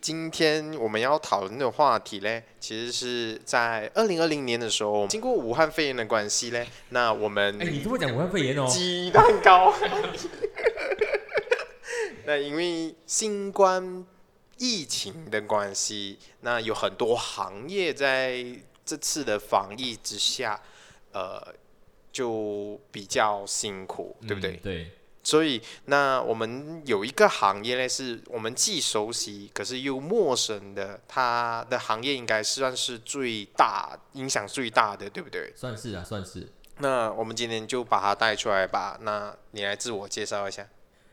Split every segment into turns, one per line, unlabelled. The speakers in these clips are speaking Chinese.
今天我们要讨论的话题嘞，其实是在二零二零年的时候，经过武汉肺炎的关系嘞，那我
嗯
哎、
们
你这么讲武汉肺炎哦，
鸡蛋糕， 那因为新冠疫情的关系，那有很多行业在这次的防疫之下，呃，就比较辛苦，对不对？
嗯对，
所以，那我们有一个行业呢，是我们既熟悉可是又陌生的，它的行业应该算是最大影响最大的，对不对？
算是啊，算是。
那我们今天就把它带出来吧。那你来自我介绍一下。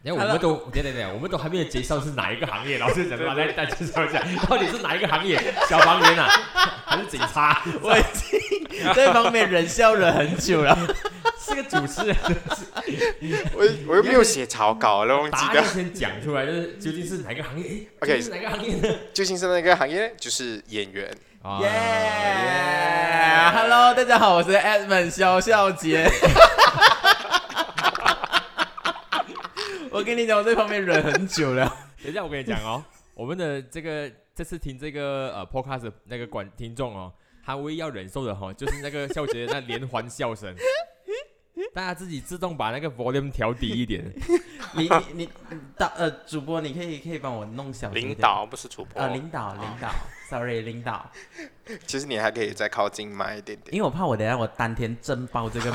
然后我们都，等等等，我们都还没有介绍是哪一个行业，老师讲 的，来来介绍一下，到底是哪一个行业？消防员啊，还是警察？
我已经这方面忍笑忍很久了。
是个主持人，
我我又没有写草稿了，忘
答
记
案
了。
先讲出来，就是究竟是哪个行业诶
OK
究竟是哪个行业呢？
究竟是那个行业呢？就是演员。
啊
耶、h e l l o 大家好，我是 Edmund 肖孝杰。我跟你讲，我这方面忍很久了。
等一下，我跟你讲 哦，我们的这个这次听这个呃 podcast 的那个观听众哦，他唯一要忍受的哈、哦，就是那个笑姐的那连环笑 声，大家自己自动把那个 volume 调低一点。
你你你，导呃，主播，你可以可以帮我弄小声一点
领导不是主播，
哦
啊、领导领导、s o r r y 领导，
其实你还可以再靠近麦一点点。
因为我怕我等一下我当天震爆这个，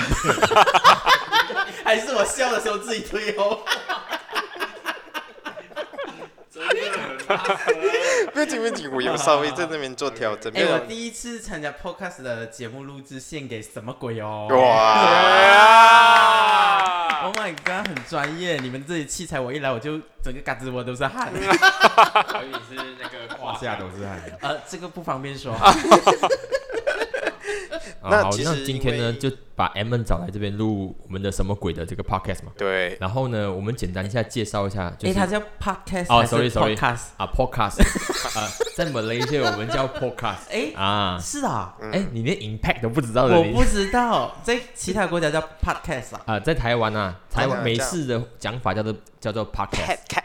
还是我笑的时候自己推哦。
不要紧，不要紧，我有稍微在那边做调整。没
哎、
有
我第一次参加 podcast 的节目录制，献给什么鬼哦？
哎哇！
！Oh my god，很专业！你们这些器材，我一来我就整个嘎吱窝都是汗。
所以是那个胯下都是 汗。
呃，这个不方便说。
那
哦好，
其
那
实
今天呢，
因为
就把 M 们找来这边录我们的什么鬼的这个 podcast 嘛。
对，
然后呢，我们简单一下介绍一下，就
哎、
是
它叫 podcast
哦
还是
sorry，sorry
podcast？
啊 podcast，啊， 在 Malaysia 我们叫 podcast
哎、
啊。
是啊，
哎，你连 impact 都不知道的，
我
你
不知道，在其他国家叫 podcast 啊。
啊，在台湾啊，台
台
湾
湾
美
叫
式的讲法叫做叫做 podcast
cat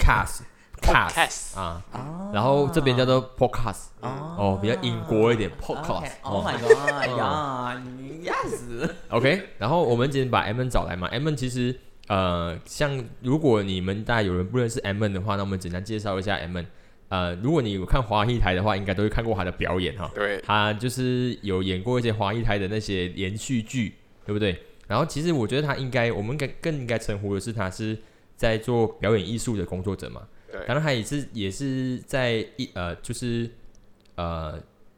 cast cast
cast
啊，
哦
然后这边叫做 podcast 哦，比较英国一点 podcast
OK，Oh
哦
my god，呀，你压死！
，OK，然后我们今天把 M N 找来嘛，M N 其实呃，像如果你们大家有人不认识 M N 的话，那我们简单介绍一下 M N。呃，如果你有看华裔台的话，应该都会看过他的表演哈。
对，
他就是有演过一些华裔台的那些连续剧，对不对？然后其实我觉得他应该，我们更更应该称呼的是他是在做表演艺术的工作者嘛。
对
当然他也是也是在一呃，就是呃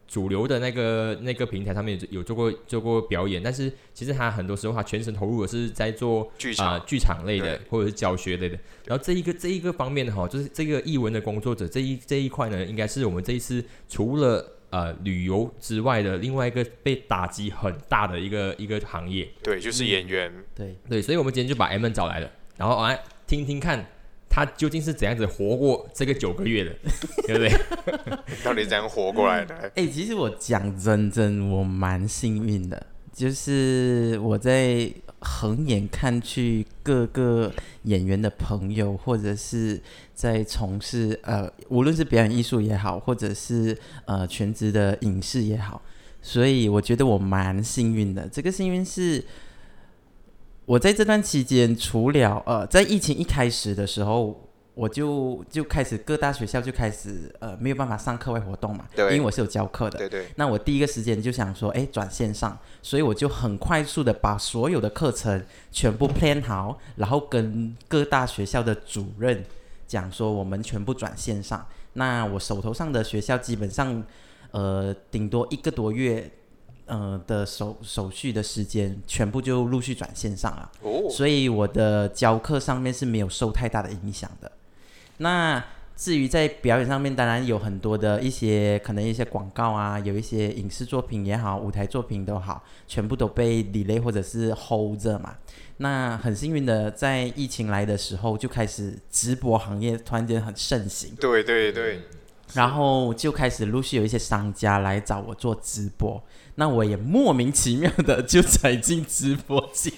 主流的那个那个平台上面有有做过做过表演，但是其实他很多时候他全神投入的是在做
剧
啊、
场。
剧场类的
对
或者是教学类的。然后这一个这一个方面哈，就是这个译文的工作者这一这一块呢，应该是我们这一次除了呃旅游之外的另外一个被打击很大的一个一个行业。
对，
嗯
就是演员。
对，
对，所以我们今天就把 M 们找来了，然后来听听看他究竟是怎样子活过这个九个月的，对不对？
到底怎样活过来的？
哎、其实我讲真真，我蛮幸运的，就是我在横眼看去各个演员的朋友，或者是在从事呃，无论是表演艺术也好，或者是呃全职的影视也好，所以我觉得我蛮幸运的。这个幸运是。我在这段期间，除了呃，在疫情一开始的时候，我就就开始各大学校就开始呃没有办法上课外活动嘛，
对
因为我是有教课的。
对对，
那我第一个时间就想说，哎，转线上，所以我就很快速的把所有的课程全部 plan 好，然后跟各大学校的主任讲说，我们全部转线上。那我手头上的学校基本上，呃，顶多一个多月，呃的手手续的时间，全部就陆续转线上了。
哦，
所以我的教课上面是没有受太大的影响的。那至于在表演上面，当然有很多的一些可能一些广告啊，有一些影视作品也好，舞台作品都好，全部都被 delay 或者是 hold 着嘛。那很幸运的，在疫情来的时候，就开始直播行业突然间很盛行，
对对对，
然后就开始陆续有一些商家来找我做直播，那我也莫名其妙的就踩进直播界。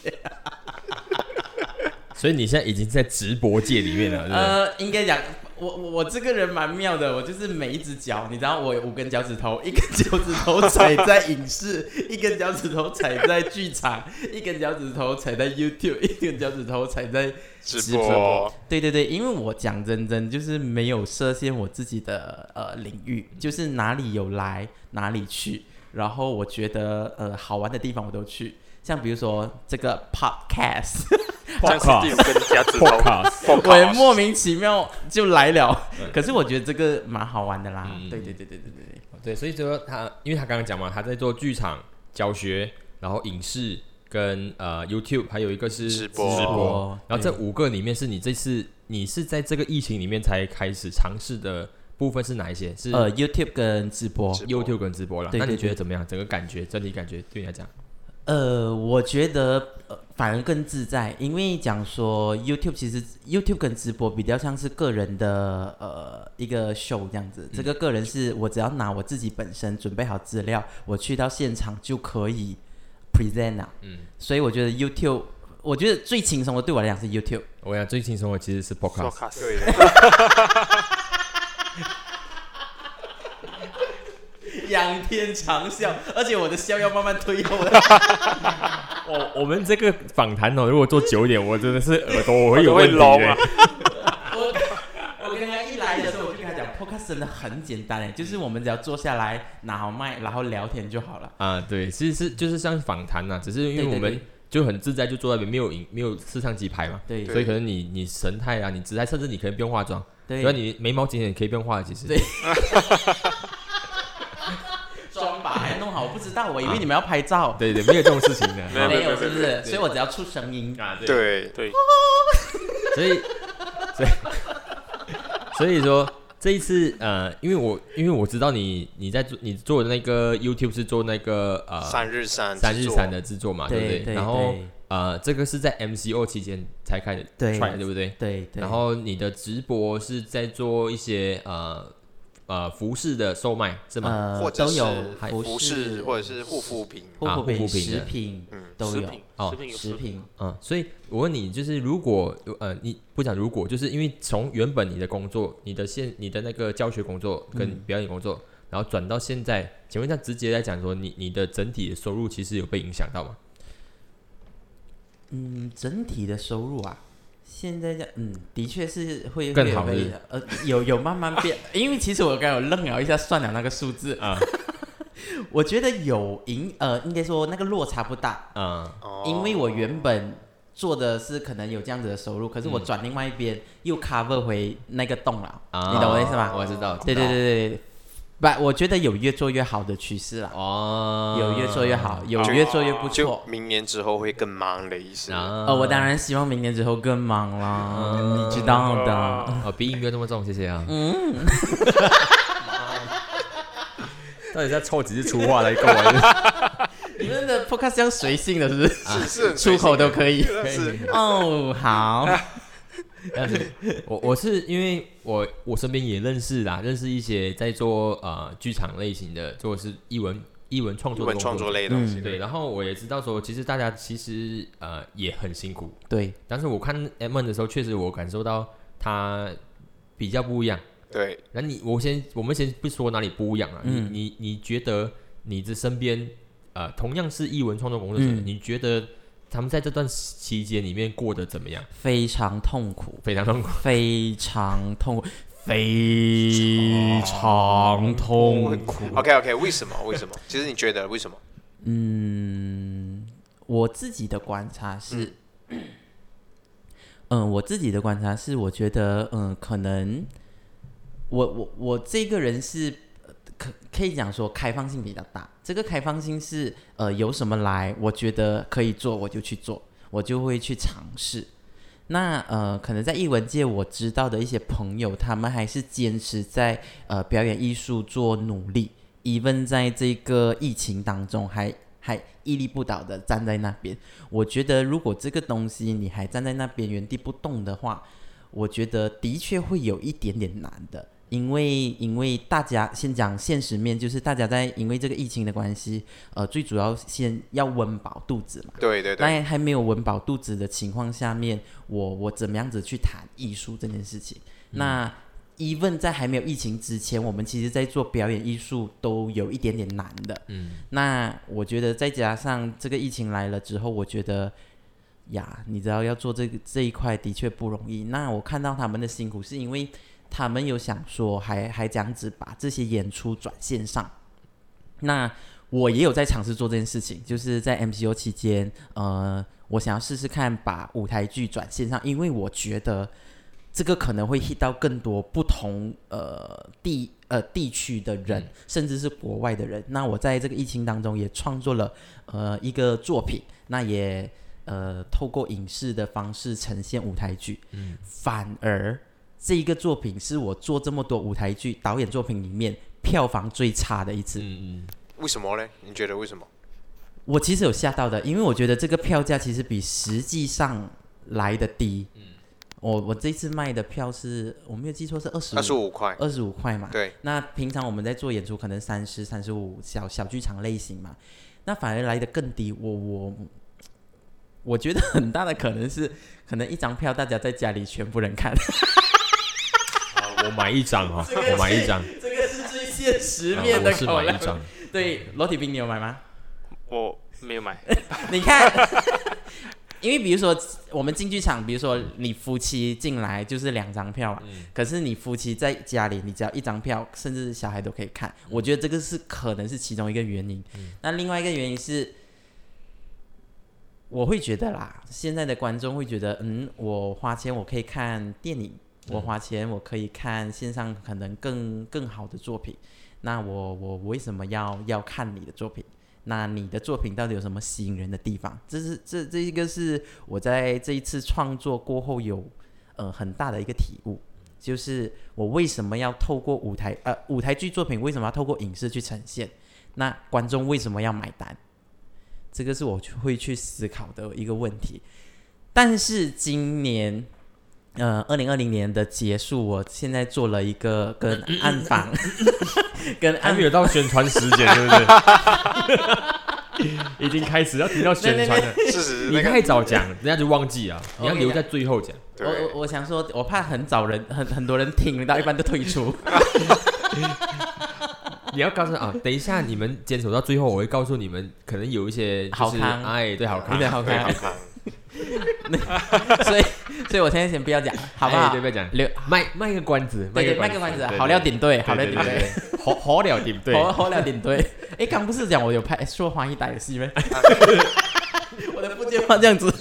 所以你现在已经在直播界里面了，对不对？
呃，应该讲，我我我这个人蛮妙的，我就是每一只脚，你知道我有五根脚趾头，一根脚趾头踩在影视，一根脚趾头踩在剧场，一根脚趾头踩在 YouTube，一根脚趾头踩在
直
直播对对对，因为我讲真真就是没有设限我自己的呃领域，就是哪里有来哪里去，然后我觉得呃好玩的地方我都去，像比如说这个 podcast，
这样是第五根脚趾头
Podcast，
我也
Podcast
莫名其妙就来了
嗯，
可是我觉得这个蛮好玩的啦。
嗯
对对对对对对，
对，所以就说他，因为他刚刚讲嘛，他在做剧场教学，然后影视跟呃 YouTube，还有一个是
直播
直播
哦。
然后这五个里面是你这次你是在这个疫情里面才开始尝试的部分是哪一些？是
呃 YouTube 跟直播，
直播
YouTube 跟直播啦。
对
那你
对
觉得
对
怎么样？整个感觉，整体感觉对你来讲，
呃，我觉得、呃、反而更自在，因为讲说 YouTube 其实 YouTube 跟直播比较像是个人的呃一个 show 这样子。这个个人是我只要拿我自己本身准备好资料，我去到现场就可以 present 啊。
嗯，
所以我觉得 YouTube，我觉得最轻松的对我来讲是 YouTube。
我想最轻松的其实是 Podcast。
Podcast
对，
仰天长笑，而且我的笑要慢慢推后。
哦我我们这个访谈哦，如果做久一点，我真的是耳 朵我会有
会
问题欸
聋啊
的。
我我 刚刚一来的时候，我就跟他讲，podcast 真的很简单
嗯
诶，就是我们只要坐下来拿好麦，然后聊天就好了。
啊，对，其实是就是像访谈呐，只是因为
对对
我们
对
就很自在，就坐在那边，没有影，没有摄像机拍嘛。
对
所以可能你你神态啊，你姿态，甚至你可能不用化妆，
对
对吧？你眉毛剪剪可以不用画的，其实。
对装吧，还弄好，我不知道，我以为你们要拍照，
对对没有这种事情的。
没有
没有是不是？
对
所以我只要出声音。
啊，对
对，
对，
所以， 所以，所以说这一次，呃，因为我因为我知道你你在做你做的那个 YouTube 是做那个呃
三日三
三日
制作
三的制作嘛，不
对
对？然后呃，这个是在 MCO 期间才开始
对
try 的对不对？
对对，
然后你的直播是在做一些呃呃服饰的售卖是吗？
呃
或者
都有
是服饰或者是护肤品，
护
啊
肤
护
品、
肤品
食
的
品
嗯，
都
食
有，
品
哦
食品有
食品
嗯，所以我问你，就是如果呃，你不讲如果，就是因为从原本你的工作、你的现、你的那个教学工作跟
嗯
表演工作，然后转到现在，请问一下，直接来讲说你，你的整体的收入其实有被影响到吗？
嗯，整体的收入啊，现在这嗯，的确是会
更
会有
好
被
是不是
呃，有有慢慢变， 因为其实我刚有愣了一下，算了那个数字
啊，
我觉得有影呃，应该说那个落差不大，
啊、
哦
因为我原本做的是可能有这样子的收入，可是我
嗯
转另外一边、又 cover 回那个洞了，
啊，
你懂我的意思吗？
我知道，
对对
知
对对，不，我觉得有越做越好的趋势
道，
了，
哦，
有越做越好，有
就
越做越不错
就。明年之后会更忙的意思。
啊，
呃，我当然希望明年之后更忙啦，
嗯
你知道的。
哦，鼻音不要那么重，谢谢啊。嗯， 到底在凑几句粗话来跟我？
你们的 podcast 要随性的，是不是？
是是很
啊出
随
口
性的
都可以。
是
哦，好，
但是我我是因为我我身边也认识啦，认识一些在做呃剧场类型的，做是译文译文创
英
作的
文
工
创
作
作类的东西，
嗯
对，然后我也知道说，其实大家其实呃也很辛苦，
对，
但是我看 M 的时候，确实我感受到他比较不一样。
对，
那你我先我们先不说哪里不一样啊，
嗯
你你你觉得你这身边呃同样是译文创作工作者，
嗯
你觉得他们在这段期间里面过得怎么样？
非常痛苦，
非常痛苦，
非常痛苦，非常痛苦。
OK OK，为什么？为什么？其实你觉得为什么？
嗯，我自己的观察是，嗯、我自己的观察是，我觉得，嗯、可能我我我这个人是呃可可以讲说开放性比较大。这个开放性是，呃，有什么来，我觉得可以做，我就去做，我就会去尝试。那呃，可能在艺文界，我知道的一些朋友，他们还是坚持在呃表演艺术做努力，even 在这个疫情当中还还屹立不倒的站在那边。我觉得如果这个东西你还站在那边原地不动的话，我觉得的确会有一点点难的。因为因为大家先讲现实面，就是大家在因为这个疫情的关系，呃，最主要先要温饱肚子嘛。
对对对，
在还没有温饱肚
嗯
子的情况下面，我我怎么样子去谈艺术这件事情？那 even 在还没有疫情之前，我们其实在做表演艺术都有一点点难的。
嗯，
那我觉得再加上这个疫情来了之后，我觉得呀，你知道要做这个这一块的确不容易。那我看到他们的辛苦，是因为他们有想说还还这样子把这些演出转线上。那我也有在尝试做这件事情，就是在 MCO 期间，呃，我想要试试看把舞台剧转线上，因为我觉得这个可能会 hit 到更多不同呃地呃地区的人，甚至是国外的人。那我在这个疫情当中也创作了呃一个作品，那也呃透过影视的方式呈现舞台剧，
嗯
反而这一个作品是我做这么多舞台剧导演作品里面票房最差的一次。
嗯嗯
为什么呢？你觉得为什么？
我其实有吓到的，因为我觉得这个票价其实比实际上来的低。我我这次卖的票是我没有记错是二十
二十五块，
二十五块嘛。
对，
那平常我们在做演出，可能三十、三十五小小剧场类型嘛，那反而来的更低。我我我觉得很大的可能是，可能一张票大家在家里全部人看，
啊我买一张哈，我买一张，
这个是最现实
啊
面
我
的
是
考
买一
量。
张，
对，裸体兵你有买吗？
我没有买，
你看，因为比如说我们进剧场，比如说你夫妻进来就是两张票啊，
嗯
可是你夫妻在家里，你只要一张票，甚至小孩都可以看。
嗯
我觉得这个是可能是其中一个原因。那另外一个原因是。我会觉得啦，现在的观众会觉得，嗯，我花钱我可以看电影，我花钱我可以看线上可能更更好的作品，那我我我为什么要要看你的作品？那你的作品到底有什么吸引人的地方？这是这这一个是我在这一次创作过后有呃很大的一个体悟，就是我为什么要透过舞台呃舞台剧作品为什么要透过影视去呈现？那观众为什么要买单？这个是我去会去思考的一个问题。但是今年呃二零二零年的结束，我现在做了一个跟暗访跟
还
暗
没有到宣传时间，对不 对？已经开始要提到宣传了，
事实
你
那个
太早讲，人家就忘记了，你要
OK，
留在最后讲。
我我
对，
我想说，我怕很早人很很多人听到，一般都退 出。
你要告诉他啊，等一下你们坚守到最后，我会告诉你们，可能有一些就
好
是
康
哎，对好看，
有点好
对
看，
好看
所以所以我现在先不要讲，好不
哎
好
对？不对？讲
留
卖卖个关子，
对对，卖
子
个关子
对，对
好料顶对，
对
好料顶
对对
对，
对，好好料顶对。
好好料顶对。哎，刚不是讲我有拍说黄一歹的戏吗？ 我的不接话这样子，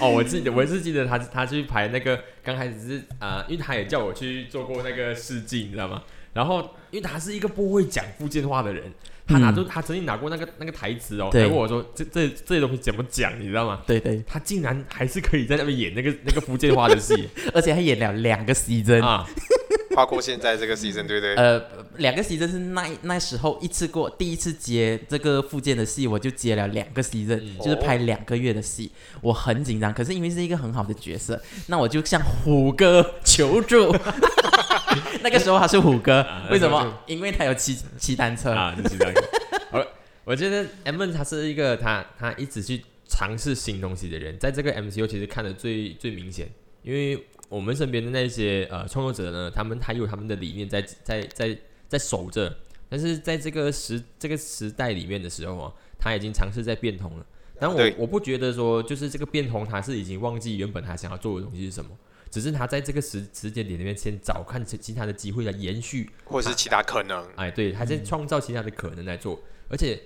哦，我记得，我是记得他他去排那个，刚开始是啊、呃因为他也叫我去做过那个试镜，你知道吗？然后因为他是一个不会讲福建话的人，他拿出、他曾经拿过那个那个台词哦，
对
来问我说这这这些东西怎么讲，你知道吗？
对对，
他竟然还是可以在那边演那个那个福建话的戏
而且还演了两个 season，
啊！
包括现在这个 season，对不对？
呃，两个 season 是那那时候一次过，第一次接这个附件的戏，我就接了两个 season，、
嗯
就是拍两个月的戏，我很紧张。可是因为是一个很好的角色，那我就向虎哥求助。 那个时候他是虎哥
啊，
为什
那时候
么？因为他有骑骑单车。
啊，你知道的。我我觉得 M 他是一个他他一直去尝试新东西的人，在这个 MCU 其实看得最最明显，因为我们身边的那些呃创作者呢，他们还有他们的理念在在在在守着，但是在这个时这个时代里面的时候啊，他已经尝试在变通了。但我
对
我不觉得说就是这个变通，他是已经忘记原本他想要做的东西是什么，只是他在这个时时间点里面先找看其其他的机会来延续
或者是其他可能，
哎，对，他在
嗯
创造其他的可能来做，而且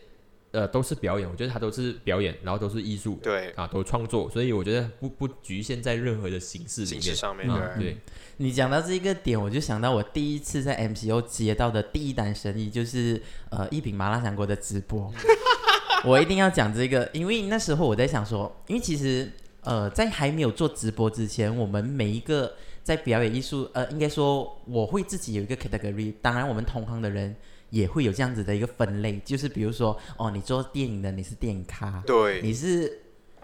呃都是表演，我觉得他都是表演，然后都是艺术
对，
啊，都创作，所以我觉得不不局限在任何的形式里
形式
面。
上面
啊，
对，
对，
你讲到这个点，我就想到我第一次在 MCO 接到的第一单生意，就是呃一品麻辣香锅的直播。我一定要讲这个，因为那时候我在想说，因为其实呃在还没有做直播之前，我们每一个在表演艺术，呃应该说我会自己有一个 category，当然我们同行的人。也会有这样子的一个分类，就是比如说，哦，你做电影的你是电影咖，
对，
你是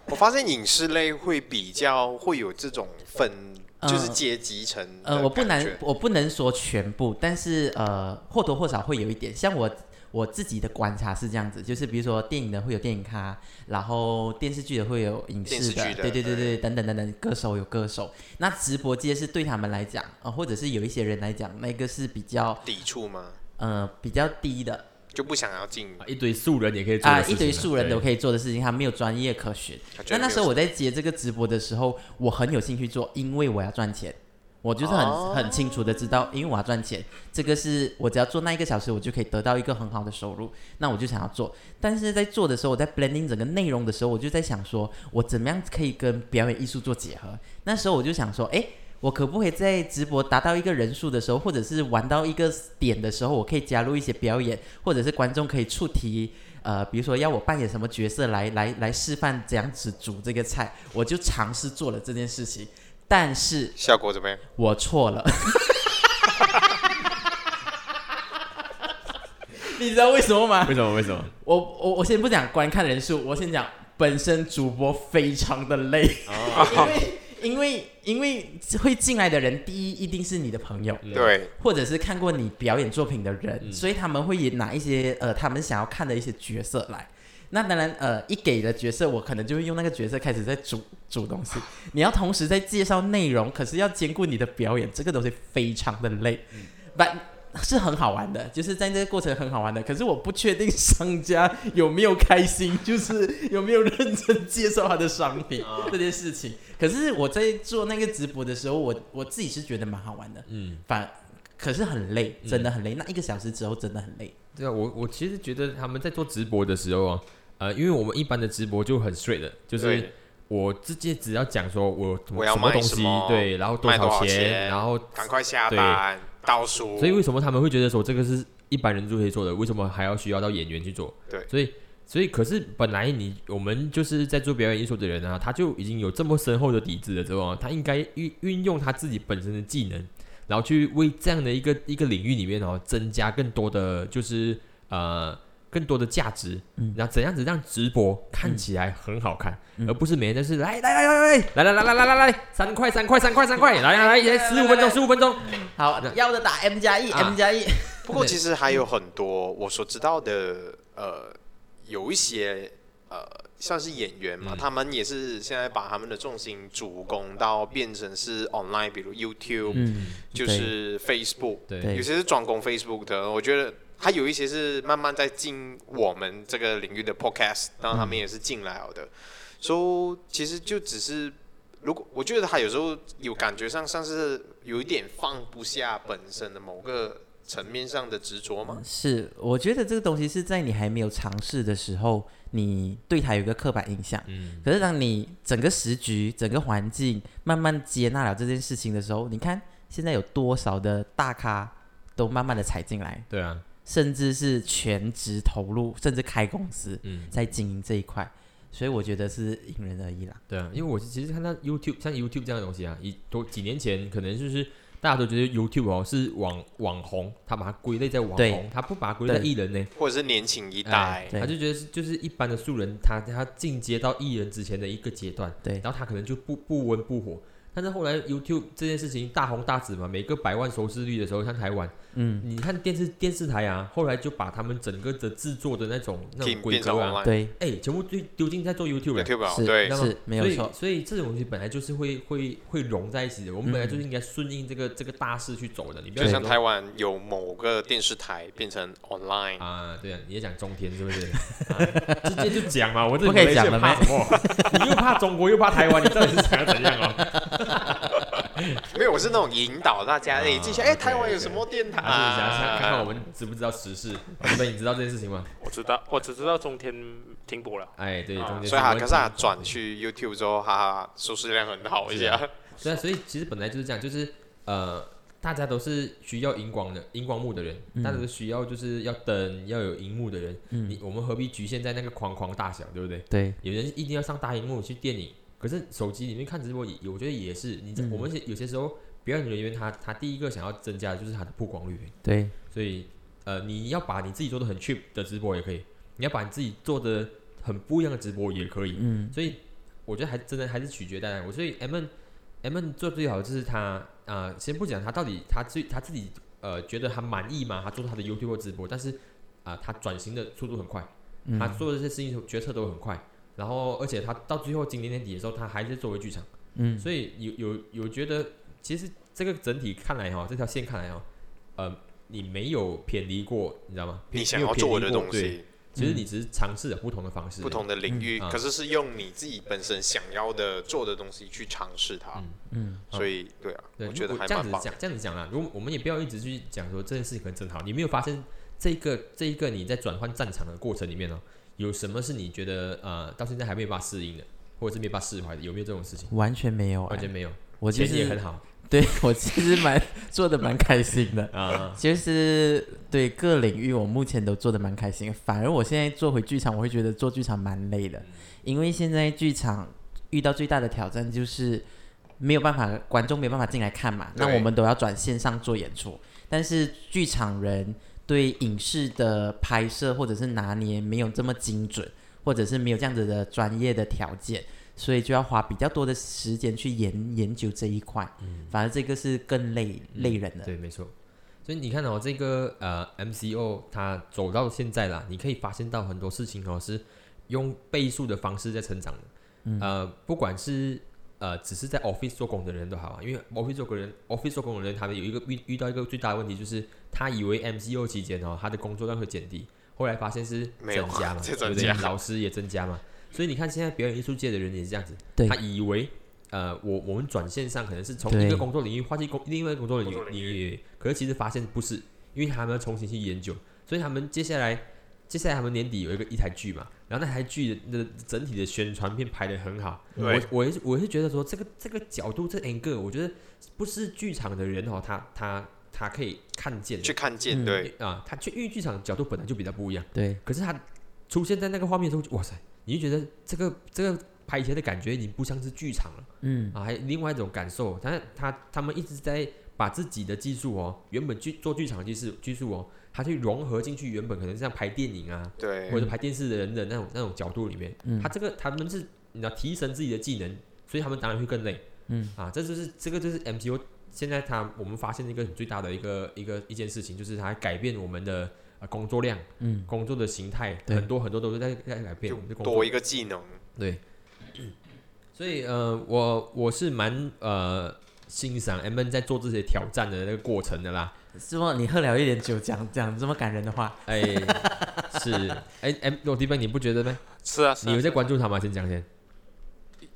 我发现影视类会比较会有这种分，
呃
就是阶级层的感觉。
呃呃，我不能我不能说全部，但是呃或多或少会有一点。像我我自己的观察是这样子，就是比如说电影的会有电影咖，然后电视剧的会有影
电
视
视剧的
对对对
对
对，等等等等，歌手有歌手。那直播间是对他们来讲，呃，或者是有一些人来讲，那个是比较
抵触吗？
呃比较低的
就不想要进
啊，一堆素人也可以做
啊、
的事
一
情
堆素人
对
都可以做的事情，他没有专业可循。
他觉
那
得
那
没有
时候我在接这个直播的时候，我很有兴趣做，因为我要赚钱。我就是很、
哦
很清楚的知道，因为我要赚钱，这个是我只要做那一个小时，我就可以得到一个很好的收入，那我就想要做。但是在做的时候，我在 blending 整个内容的时候，我就在想说，我怎么样可以跟表演艺术做结合？那时候我就想说，诶，我可不可以在直播达到一个人数的时候，或者是玩到一个点的时候，我可以加入一些表演，或者是观众可以触题，呃，比如说要我扮演什么角色来来来示范怎样子煮这个菜，我就尝试做了这件事情，但是
效果怎么样？
我错了。 你知道为什 么吗？
为什么？为什么？
我我我先不讲观看人数，我先讲本身主播非常的累，哦因为因为因为会进来的人，第一一定是你的朋友，
嗯，
对，
或者是看过你表演作品的人，
嗯
所以他们会以拿一些呃他们想要看的一些角色来。那当然，呃，一给的角色，我可能就会用那个角色开始在煮煮东 西。你要同时在介绍内容，可是要兼顾你的表演，这个东西非常的累。
嗯
但是很好玩的，就是在这个过程很好玩的。可是我不确定 商家有没有开心，就是有没有认真介绍他的商品
啊
这件事情。可是我在做那个直播的时候，我我自己是觉得蛮好玩的。
嗯，
反可是很累，
嗯
真的很累。那一个小时之后真的很累。
对啊，我我其实觉得他们在做直播的时候啊，呃，因为我们一般的直播就很 straight 的，就是
对
我直接只要讲说我
我要
什么
卖
东
什
西
么，
对，然后多
卖多
少
少钱
然后
赶快下单倒数。
所以为什么他们会觉得说这个是一般人就可以做的？为什么还要需要到演员去做？
对
所以所以可是本来你我们就是在做表演艺术的人啊，他就已经有这么深厚的底子了之后啊，他应该运运用他自己本身的技能，然后去为这样的一个一个领域里面哦，增加更多的就是呃。更多的价值，
嗯
然后怎样子让直播看起来很好看，
嗯
而不是每天就是来来来来来来来来来来来三块三块三块三块，来来来十五分钟十五分钟，
好，嗯要的打 M 加 E，M 加 E。
不过其实还有很多我所知道的，呃，有一些呃算是演员嘛，
嗯
他们也是现在把他们的重心主攻到变成是 online，比如 YouTube，、
嗯，
就
对
是 Facebook，
对
有些是专攻 Facebook 的，我觉得还有一些是慢慢在进我们这个领域的 Podcast，然后他们也是进来了的，所、以其实就只是。如果我觉得他有时候有感觉上像是有一点放不下本身的某个层面上的执着
嗯
吗？
是，我觉得这个东西是在你还没有尝试的时候，你对它有一个刻板印象。
嗯，
可是当你整个时局、整个环境慢慢接纳了这件事情的时候，你看现在有多少的大咖都慢慢的踩进来，
对啊，
甚至是全职投入，甚至开公司
嗯，
在经营这一块，所以我觉得是因人而异啦。
对啊，因为我是其实看到 YouTube 像 YouTube 这样的东西啊，一多几年前可能就是大家都觉得 YouTube 哦是网网红，他把它归类在网
对
红，他不把它归类在
对
艺人呢，
或者是年轻一
哎
代，
对
他就觉得是就是一般的素人，他他进阶到艺人之前的一个阶段，
对
然后他可能就不不温不火。但是后来 YouTube 这件事情大红大紫嘛，每个百万收视率的时候，像台湾，
嗯，
你看电视电视台啊，后来就把他们整个的制作的那种那种
team
规
变成
格啊，
online
对，
哎，全部丢丢进在做 YouTube 了。
YouTube 啊
是
对
那么
是没有错，
所以，所以这种东西本来就是会会会融在一起的。我们本来
嗯
就是应该顺应这个、这个大势去走的。你不要
就像
想说
台湾有某个电视台变成 online，、
啊，对啊，你也讲中天是不是？ 啊直接就讲嘛，我这
不可以讲
了
了咩
怕什 么？你又怕中国又怕台湾，你到底是想要怎样哦？
没有，我是那种引导大家，
啊
哎、这些哎，
OK，
台湾有什么电台？
还啊是你想要看看我们知不知道时事？对不对？你知道这件事情吗？
我知道，我只知道中天停播了。
哎，对，中
啊
间
所以哈，
是
可是他转去 YouTube 之后，哈，收视量很好一
是
下
啊。对啊，所以其实本来就是这样，就是呃，大家都是需要荧光的荧光幕的人，
嗯
大家都需要就是要灯要有荧幕的人。
嗯
你我们何必局限在那个框框大小，对不对？
对，
有人一定要上大荧幕去电影，可是手机里面看直播也，我觉得也是。你、
嗯
我们有些时候表演人员他他第一个想要增加的就是他的曝光率，
对，
所以呃，你要把你自己做的很 cheap 的直播也可以，你要把你自己做的很不一样的直播也可以。
嗯，
所以我觉得还真的还是取决在那里。我所以 M N M N 做最好就是他啊、呃先不讲他到底他自他自己呃觉得他满意吗？他做他的 YouTube 直播，但是啊、啊，他转型的速度很快，
嗯
他做的这些事情决策都很快，然后而且他到最后今年年底的时候，他还是作为剧场，
嗯
所以有有有觉得，其实这个整体看来哈、这条线看来哈、呃，你没有偏离过，你知道吗？
你想
没有
要
偏
做
离
的
过
东，
对
西，
其
嗯
实你只是尝试了不同的方式，
不同的领域，
嗯
可是是用你自己本身想要的做的东西去尝试它，
嗯
嗯
所以对啊，
对，
我觉
如
得
果
还
这样
蛮
子
棒的。
讲，这样子讲啦，如果我们也不要一直去讲说这件事情可能真好，你没有发现这个这一个你在转换战场的过程里面哦，有什么是你觉得呃到现在还没有办法适应的，或者是没有办法释怀的，有没有这种事情？
完全没有、
完
哎
全没有，
我就
钱也很
是
好
对我其实蛮做的蛮开心的，
啊，
就是对各领域我目前都做的蛮开心。反而我现在做回剧场，我会觉得做剧场蛮累的，因为现在剧场遇到最大的挑战就是没有办法，观众没有办法进来看嘛，
对
那我们都要转线上做演出，但是剧场人对影视的拍摄或者是拿捏没有这么精准，或者是没有这样子的专业的条件。所以就要花比较多的时间去研研究这一块，反而这个是更累累人的。
对，没错。所以你看哦，这个呃 MCO 它走到现在啦，你可以发现到很多事情哦是用倍数的方式在成长的。呃，不管是呃只是在 office 做工的人都好啊，因为 office 做工的人 office 做工的人，他们有一个遇遇到一个最大的问题就是，他以为 MCO 期间哦他的工作量会减低，后来发现是
没有
增加 嘛，
在
对不
增
对
加
老师也增加嘛。所以你看，现在表演艺术界的人也是这样子，
对
他以为呃，我我们转线上可能是从
对
一个工作领域换去工另外一个工作领
工作领
域，可是其实发现不是，因为他们要重新去研究，所以他们接下来接下来他们年底有一个一台剧嘛，然后那台剧的的整体的宣传片拍的很好，
对
我我也是我也是觉得说这个这个角度这 angle，我觉得不是剧场的人哦，他他他可以看见的
去看见，
嗯
对，
啊，他去因为剧场的角度本来就比较不一样。
对，
可是他出现在那个画面的时候，哇塞，你就觉得这个这个拍起来的感觉已经不像是剧场了
嗯
啊，还有另外一种感受。但是他他们一直在把自己的技术哦，原本剧做剧场的技术技术哦，他去融合进去原本可能像拍电影啊
对
或，者拍电视的人的那种那种角度里面，
嗯
他这个他们是你要提升自己的技能，所以他们当然会更累
嗯
啊。这就是这个就是 MCO 现在他我们发现的一个很最大的一个一个一件事情，就是它改变我们的呃工作量。
嗯，
工作的形态，
对
很多很多都是在在改变
就
我们的工
多
作。
一个技能，
对，所以呃，我我是蛮呃欣赏 M N 在做这些挑战的那个过程的啦。
是吗？你喝了一点酒，讲讲这么感人的话，
哎， 是哎 M 罗迪班，你不觉得吗？
是啊，是
你有
啊，
在关注他吗？先讲先。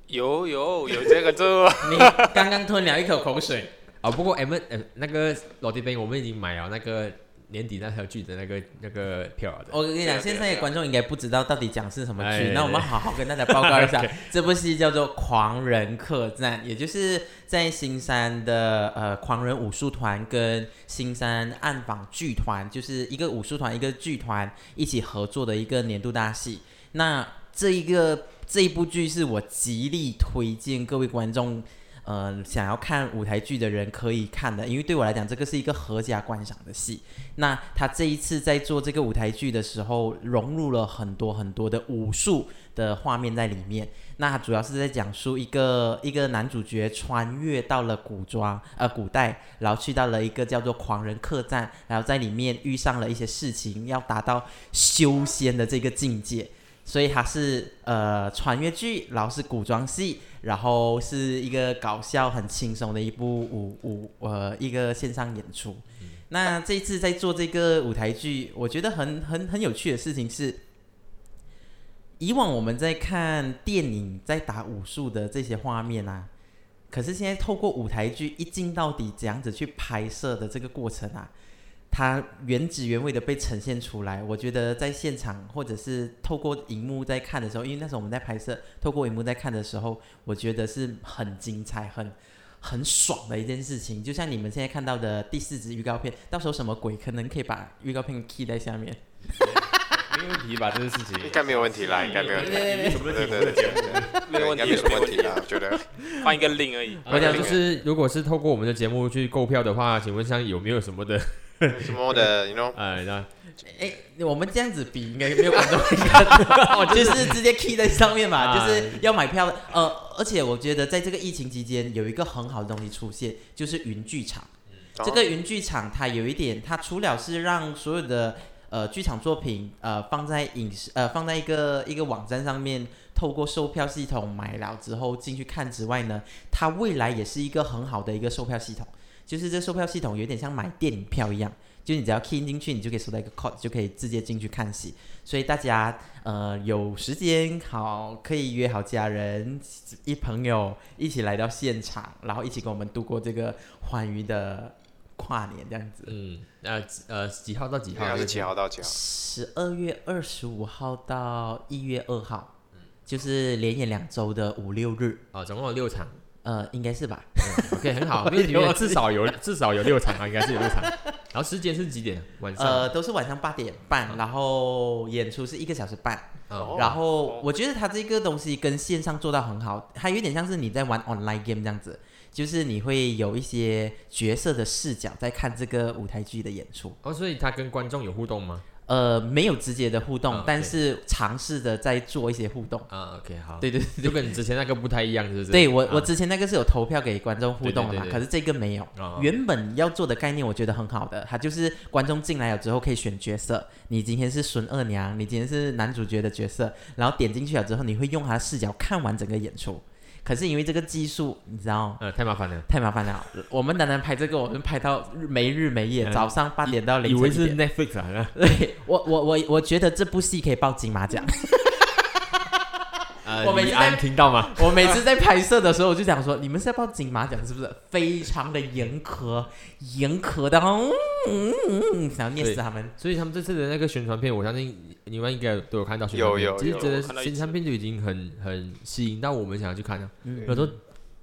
有有有这个 这个
你刚刚吞了一 口口水，
啊、不过 M N 呃那个罗迪班，我们已经买了那个年底那条剧的那个那个票了的。啊
我跟你讲，现在的观众应该不知道到底讲是什么
哎
剧，那我们好好跟大家报告一 下，这部戏叫做《狂人客栈》，也就是在新山的呃狂人武术团跟新山暗访剧团，就是一个武术团一个剧团一起合作的一个年度大戏。那这一个这一部剧是我极力推荐各位观众。呃，想要看舞台剧的人可以看的，因为对我来讲，这个是一个合家观赏的戏。那他这一次在做这个舞台剧的时候，融入了很多很多的武术的画面在里面。那他主要是在讲述一个一个男主角穿越到了古装呃古代，然后去到了一个叫做狂人客栈，然后在里面遇上了一些事情，要达到修仙的这个境界。所以它是呃穿越剧，然后是古装戏，然后是一个搞笑很轻松的一部舞舞呃一个线上演出。那这一次在做这个舞台剧，我觉得很很很有趣的事情是，以往我们在看电影在打武术的这些画面啊，可是现在透过舞台剧一镜到底这样子去拍摄的这个过程啊，它原汁原味的被呈现出来。我觉得在现场或者是透过荧幕在看的时候，因为那时候我们在拍摄，透过荧幕在看的时候，我觉得是很精彩、很很爽的一件事情。就像你们现在看到的第四支预告片，到时候什么鬼可能可以把预告片 key 在下面。
没问题吧？这个事情
应该没有问题 啦，应该没有问题，
对对
对对对对，
没有
对应
问
该
题，
没什么问
题，
题啦，我觉得。
换一个 令而已。
我讲就是，如果是透过我们的节目去购票的话，请问像有没有什么的
什么的，you know，
呃那
哎、我们这样子比应该没有观众会看到，就是直接 key 在上面嘛，
啊
就是要买票的。呃，而且我觉得在这个疫情期间，有一个很好的东西出现，
哦
就是云剧场。这个云剧场它有一点，它除了是让所有的呃剧场作品呃放在影视呃放在一个一个网站上面，透过售票系统买了之后进去看之外呢，它未来也是一个很好的一个售票系统。就是这售票系统有点像买电影票一样，就你只要 key 进去，你就可以收到一个 code，就可以直接进去看戏。所以大家呃有时间好可以约好家人一朋友一起来到现场，然后一起跟我们度过这个欢愉的跨年这样子。
嗯，那呃几号到几号？
要是几？号到几号？
十二月二十五号到一月二号，就是连演两周的五六日，
啊，总共有六场。
呃，应该是吧？
OK，很好，
我
没问
以为
题。至少有至少有六场啊，应该是有六场。然后时间是几点？晚上。
呃，都是晚上八点半，然后演出是一个小时半。
哦，
然后
哦
我觉得它这个东西跟线上做到很好，它有点像是你在玩 online game 这样子，就是你会有一些角色的视角在看这个舞台剧的演出。
哦，所以他跟观众有互动吗？
呃，没有直接的互动，
啊
但
对
是尝试的在做一些互动。
啊，OK，好。
对对对
就跟你之前那个不太一样，是不是？
对我
啊，
我之前那个是有投票给观众互动的
对
嘛，
对对对
可是这个没有。
啊
原本要做的概念，我觉得很好的，它就是观众进来了之后可以选角色，你今天是孙二娘，你今天是男主角的角色，然后点进去了之后，你会用他的视角看完整个演出。可是因为这个技术，你知道。
呃太麻烦了，
太麻烦了，我们单单拍这个，我们拍到日没日没夜，
嗯
早上八点到凌
以
晨
为
一
是
点。
Netflix 啊。
对我我我我觉得这部戏可以报金 马奖。
呃，
我每次
李安
在
听到吗？
我每次在拍摄的时候，我就想说，你们是要报金马奖是不是？非常的严苛，严苛的，嗯嗯嗯嗯，想要虐死他们。
所以他们这次的那个宣传片，我相信你们应该都有看到宣传
有
片，
有
其实
有
真
看
的
到一
宣
集
传片就已经很很吸引到我们想要去看了。
嗯
有时候，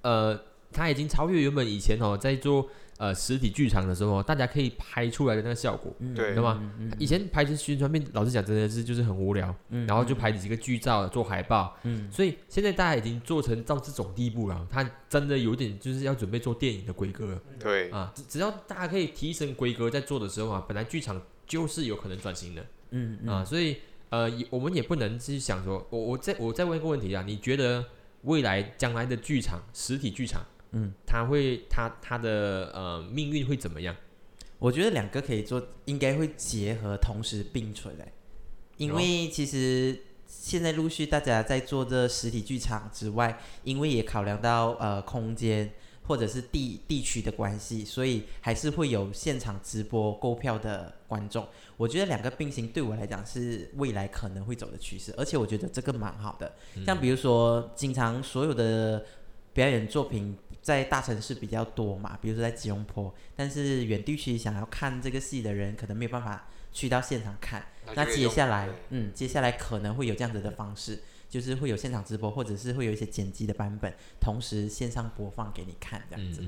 呃，它已经超越原本以前哦，在做呃实体剧场的时候哦，大家可以拍出来的那个效果。
嗯
对
懂吗？
嗯
以前拍宣传片，老实讲，真的是就是很无聊，
嗯
然后就拍几个剧照做海报。
嗯
所以现在大家已经做成到这种地步了，它真的有点就是要准备做电影的规格了。
对，
啊，只只要大家可以提升规格，在做的时候啊，本来剧场就是有可能转型的、
嗯嗯
啊，所以呃，也我们也不能去想说，我我再我再问一个问题啊，你觉得未来将来的剧场，实体剧场，
嗯，
它会它它的呃命运会怎么样？
我觉得两个可以做，应该会结合同时并存的，因为其实现在陆续大家在做这实体剧场之外，因为也考量到呃空间或者是地地区的关系，所以还是会有现场直播购票的观众。我觉得两个并行对我来讲是未来可能会走的趋势，而且我觉得这个蛮好的。像比如说，经常所有的表演作品在大城市比较多嘛，比如说在吉隆坡，但是远地区想要看这个戏的人，可能没有办法去到现场看。那接下来，嗯，接下来可能会有这样子的方式，就是会有现场直播，或者是会有一些剪辑的版本，同时线上播放给你看这样
嗯
子。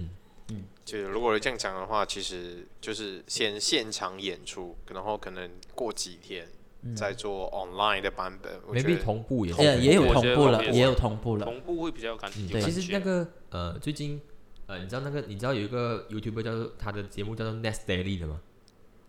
嗯，
就是如果这样讲的话，其实就是先现场演出，然后可能过几天
嗯
再做 online 的版本。我觉
maybe
得
同步也
也呃也有
我觉
同
得
步
我
了，
也
也
是
有同步了。
同步会比较有感
嗯
有
对
感
其实
觉
那个呃最近呃你知道那个你知道有一个 YouTuber 叫做他的节目叫做 Next Daily 的吗？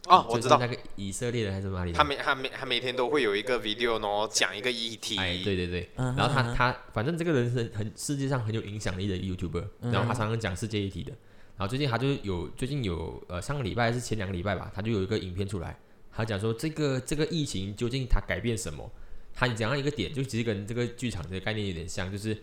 哦，
就
我
是
知道
那，个以色列的还是哪里的？
他每他每他每天都会有一个 video，然后讲一个议题。
哎，对对对，
嗯哼
然后
嗯
他
哼
他反正这个人是很世界上很有影响力的 YouTuber，然
嗯
后他常常讲世界议题的。然后最近他就有最近有呃上个礼拜还是前两个礼拜吧，他就有一个影片出来，他讲说这个这个疫情究竟它改变什么？他讲到一个点，就其实跟这个剧场的概念有点像，就是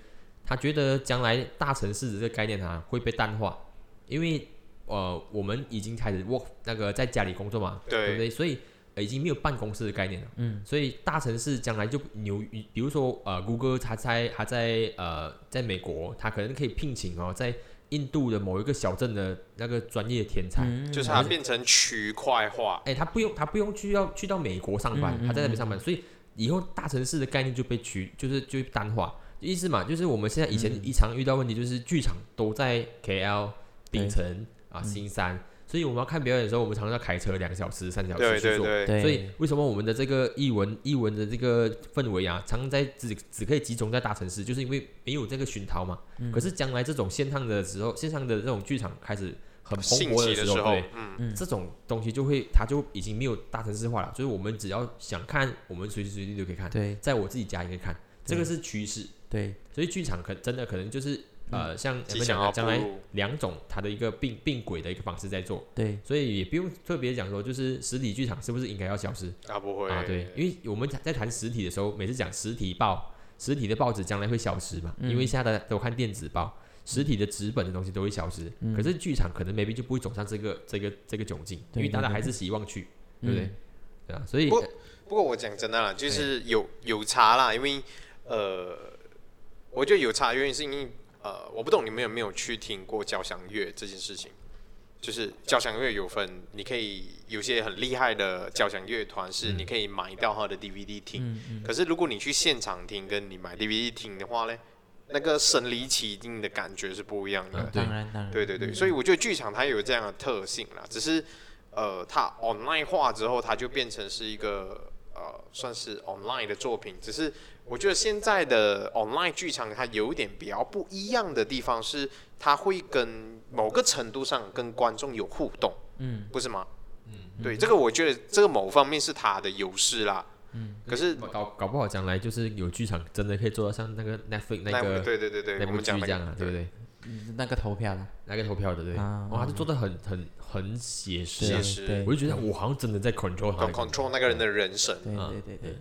他觉得将来大城市的这个概念啊会被淡化，因为呃我们已经开始 work 那个在家里工作嘛，对不
对
对？所以、呃已经没有办公室的概念了。
嗯，
所以大城市将来就纽，比如说呃谷歌它在它在呃在美国，它可能可以聘请哦，在印度的某一个小镇的那个专业天才。
嗯
就是它变成区块化。
哎，他不用他不用去要去到美国上班
嗯，嗯
他在那边上班，所以以后大城市的概念就被取就是就淡化，意思嘛，就是我们现在以前
嗯
一常遇到问题就是剧场都在 KL
对嗯
槟城啊新山，所以我们要看表演的时候，我们常常要开车两小时三小时
对
嗯去
对
做。
对，
对，
所以为什么我们的这个译文译文的这个氛围啊，常常在只只可以集中在大城市，就是因为没有这个熏陶嘛。可是将来这种线上的时候，线上的这种剧场开始很蓬
兴
勃
起的
时
时候
对，，
嗯，
嗯
这种东西就会它就已经没有大城市化了，所以我们只要想看，我们随时随地都可以看，
对
在我自己家也可以看，这个
对
是趋势。
对，
所以剧场可真的可能就是呃，像
吉
我们
祥
讲的
话
将
不
来
如
两种它的一个并并轨的一个方式在做，
对，
所以也不用特别讲说就是实体剧场是不是应该要消失
啊，不会
啊？对，因为我们在谈实体的时候，每次讲实体报，实体的报纸将来会消失嘛，因
嗯
为现在大家都看电子报。实体的纸本的东西都会消失，
嗯
可是剧场可能 maybe 就不会走上这个这个这个窘境，因
对
为大家
对对嗯
还是希望去，对不对？对啊，所以
不不过我讲真的啦，就是有有差啦，因为呃，我觉得有差，原因是因为呃，我不懂你们有没有去听过交响乐这件事情。就是交响乐有分，你可以有些很厉害的交响乐团是你可以买到它的 DVD 听，
嗯
可是如果你去现场听，跟你买 DVD 听的话呢，那个身临其境的感觉是不一样的。
啊对
嗯当然当然，
呃对对对，所以我觉得剧场它有这样的特性啦，只是呃，它 online 化之后，它就变成是一个呃，算是 online 的作品。只是我觉得现在的 online 剧场它有一点比较不一样的地方是，它会跟某个程度上跟观众有互动，嗯，不是吗？嗯，对，这个我觉得这个某方面是它的优势啦。嗯，可是
呃搞搞不好将来就是有剧场真的可以做到像那个 Netflix 那个
对对对对，
那
我
部
们
剧
讲那
这样
个
啊，对不对？
嗯那个投票啦，
那个投票的对，
啊
哇，他就做的很很很写实
对
啊
写实
啊，，对
我就觉得我好像真的在 control 他的感觉，
，control 那个人的人生。
对
啊
对对对对，